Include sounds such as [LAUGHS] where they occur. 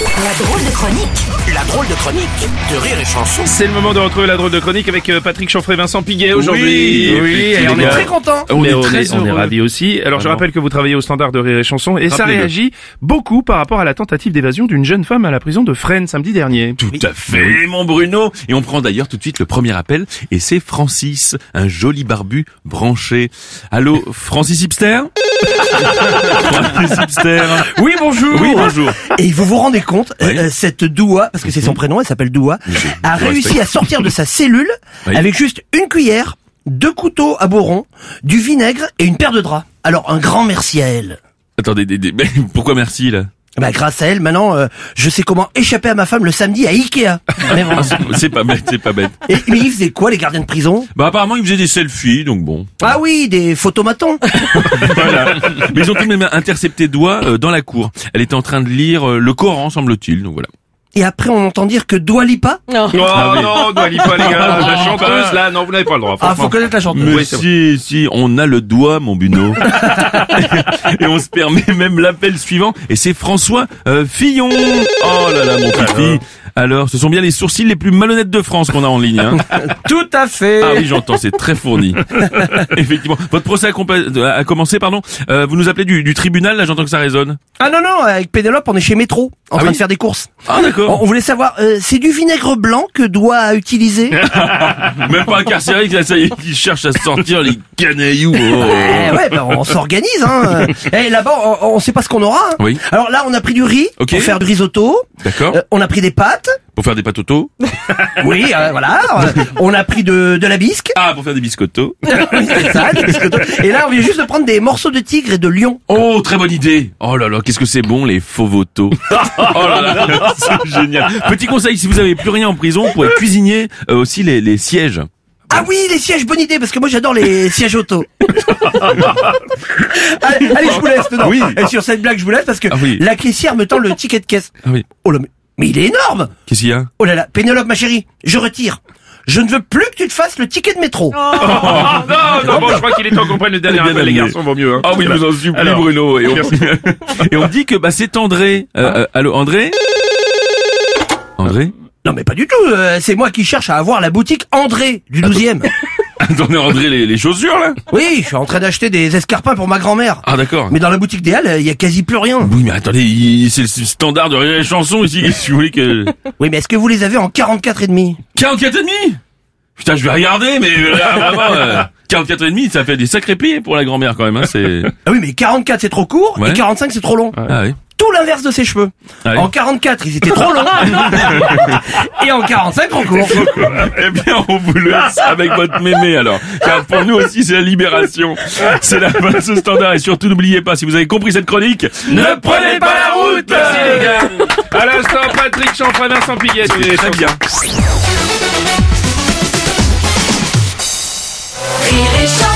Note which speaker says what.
Speaker 1: La drôle de chronique.
Speaker 2: La drôle de chronique de Rire et Chanson.
Speaker 3: C'est le moment de retrouver la drôle de chronique avec euh, Patrick Chanfray, Vincent Piguet aujourd'hui.
Speaker 4: Oui, oui,
Speaker 3: et on
Speaker 4: les
Speaker 3: est
Speaker 4: gars.
Speaker 3: très contents.
Speaker 4: On
Speaker 3: Mais
Speaker 4: est très
Speaker 3: on est
Speaker 4: heureux.
Speaker 3: ravis aussi. Alors je
Speaker 4: Vraiment.
Speaker 3: rappelle que vous travaillez au standard de Rire et Chanson et ça
Speaker 4: Rappelez-le.
Speaker 3: réagit beaucoup par rapport à la tentative d'évasion d'une jeune femme à la prison de Fresnes samedi dernier.
Speaker 4: Tout à fait, mon Bruno. Et on prend d'ailleurs tout de suite le premier appel. Et c'est Francis, un joli barbu branché. Allô, Francis Hipster [LAUGHS] Francis Hipster.
Speaker 3: Oui, bonjour.
Speaker 4: Oui, bonjour.
Speaker 5: Et vous vous rendez compte,
Speaker 4: Oui.
Speaker 5: euh, cette Doua, parce que c'est son prénom, elle s'appelle Doua, a
Speaker 4: je
Speaker 5: réussi
Speaker 4: respecte.
Speaker 5: à sortir de sa cellule
Speaker 4: Oui.
Speaker 5: avec juste une cuillère, deux couteaux à bourron, du vinaigre et une paire de draps. Alors un grand merci à elle.
Speaker 4: Attendez, des- des- mais pourquoi merci là
Speaker 5: Bah, grâce à elle, maintenant, euh, je sais comment échapper à ma femme le samedi à Ikea. [LAUGHS] Mais, vraiment.
Speaker 4: Ah, C'est pas bête, c'est pas bête.
Speaker 5: Et- mais ils faisaient quoi les gardiens de prison
Speaker 4: Bah apparemment il faisait des selfies, donc bon.
Speaker 5: Ah oui, des photomatons.
Speaker 4: Voilà. Mais ils ont tout de même intercepté Doigt euh, dans la cour. Elle était en train de lire euh, le Coran, semble-t-il. Donc voilà.
Speaker 5: Et après, on entend dire que Dua Lipa
Speaker 3: Oh Ah, non, Dua Lipa, les gars, la chanteuse là, non, vous n'avez pas le droit.
Speaker 5: Ah, faut
Speaker 3: franchement.
Speaker 5: connaître la chanteuse.
Speaker 4: Mais
Speaker 3: Oui, c'est
Speaker 4: si, si, on a le doigt, mon Bruno. et on se permet même l'appel suivant. Et c'est François euh, Fillon. Oh là là, mon petit. Alors, ce sont bien les sourcils les plus malhonnêtes de France qu'on a en ligne. Hein.
Speaker 5: Tout à fait.
Speaker 4: Ah oui, j'entends, c'est très fourni. Effectivement. Votre procès a, compa- a commencé, pardon. Euh, vous nous appelez du, du tribunal, là, j'entends que ça résonne.
Speaker 5: Ah non, non, avec Pénélope, on est chez Métro, en train
Speaker 4: oui
Speaker 5: de faire des courses.
Speaker 4: Ah
Speaker 5: On,
Speaker 4: d'accord.
Speaker 5: on voulait savoir, euh, c'est du vinaigre blanc que doit utiliser
Speaker 4: Même pas incarcéré, là, ça y est, qui cherche à sortir les canailloux. Oh.
Speaker 5: [LAUGHS] Eh Ouais, ben [LAUGHS] on s'organise. Hein. Eh, là-bas, on, on sait pas ce qu'on aura. hein.
Speaker 4: Oui.
Speaker 5: Alors là, on a pris du riz
Speaker 4: Ok.
Speaker 5: pour faire du risotto.
Speaker 4: D'accord.
Speaker 5: Euh, on a pris des pâtes.
Speaker 4: Pour faire des patotos.
Speaker 5: Oui, [LAUGHS] euh, voilà. Euh, on a pris de, de la bisque.
Speaker 4: Ah, pour faire des biscottos.
Speaker 5: Oui, c'est [LAUGHS] ça, des biscottos. Et là, on vient juste de prendre des morceaux de tigre et de lion.
Speaker 4: Oh, très bonne idée Oh là là, qu'est-ce que c'est bon les faux votos [LAUGHS] Oh là là, c'est génial Petit conseil, si vous avez plus rien en prison, vous pouvez cuisiner euh, aussi les, les sièges.
Speaker 5: Ah oui, les sièges, bonne idée, parce que moi j'adore les [LAUGHS] sièges auto. allez, allez, je vous laisse dedans.
Speaker 4: Oui.
Speaker 5: Et sur cette blague, je vous laisse parce que
Speaker 4: Ah oui.
Speaker 5: la caissière me tend le ticket de caisse.
Speaker 4: Ah oui.
Speaker 5: Oh là, mais- mais il est énorme
Speaker 4: Qu'est-ce qu'il y a
Speaker 5: Oh là là, Pénélope, ma chérie, je retire. Je ne veux plus que tu te fasses le ticket de métro.
Speaker 3: Ah, non, Eh non, bon, je crois qu'il est temps qu'on prenne le dernier
Speaker 4: Bien
Speaker 3: appel, les
Speaker 4: amené.
Speaker 3: garçons, vaut mieux. hein.
Speaker 4: Ah oui, je vous en supplie
Speaker 3: Alors.
Speaker 4: Bruno Et on, [LAUGHS] et on dit que bah, c'est André. Euh, euh, allô, André André
Speaker 5: Non mais pas du tout, euh, c'est moi qui cherche à avoir la boutique André
Speaker 4: Ah,
Speaker 5: du 12e.
Speaker 4: [LAUGHS] [LAUGHS] Attendez, André, les, les chaussures là
Speaker 5: Oui, je suis en train d'acheter des escarpins pour ma grand-mère.
Speaker 4: Ah d'accord
Speaker 5: Mais dans la boutique des Halles, euh, il y a quasi plus rien.
Speaker 4: oui, mais attendez, il- c'est le standard de rire et chanson [LAUGHS] ici. Qu'est-ce que vous voulez que...
Speaker 5: Oui, mais est-ce que vous les avez en 44 et demi
Speaker 4: 44 et demi Putain, je vais regarder, mais euh, là, vraiment, euh, 44 et demi, ça fait des sacrés pieds pour la grand-mère quand même. Hein, c'est
Speaker 5: Ah oui, mais 44 c'est trop court
Speaker 4: Ouais.
Speaker 5: et 45 c'est trop long.
Speaker 4: ah, oui.
Speaker 5: Tout l'inverse de ses cheveux.
Speaker 4: Ah oui.
Speaker 5: En 44, ils
Speaker 4: [LAUGHS]
Speaker 5: étaient trop longs. et en 45, trop courts.
Speaker 4: Eh bien, on vous laisse avec votre mémé alors, car pour nous aussi c'est la libération. C'est la fin de ce standard et surtout n'oubliez pas, si vous avez compris cette chronique, ne prenez pas la route.
Speaker 3: Merci les gars À l'instant, Patrick Chanfray, Vincent Piguet. sur les
Speaker 4: Très
Speaker 3: chansons.
Speaker 4: bien.
Speaker 1: Rire et chanson.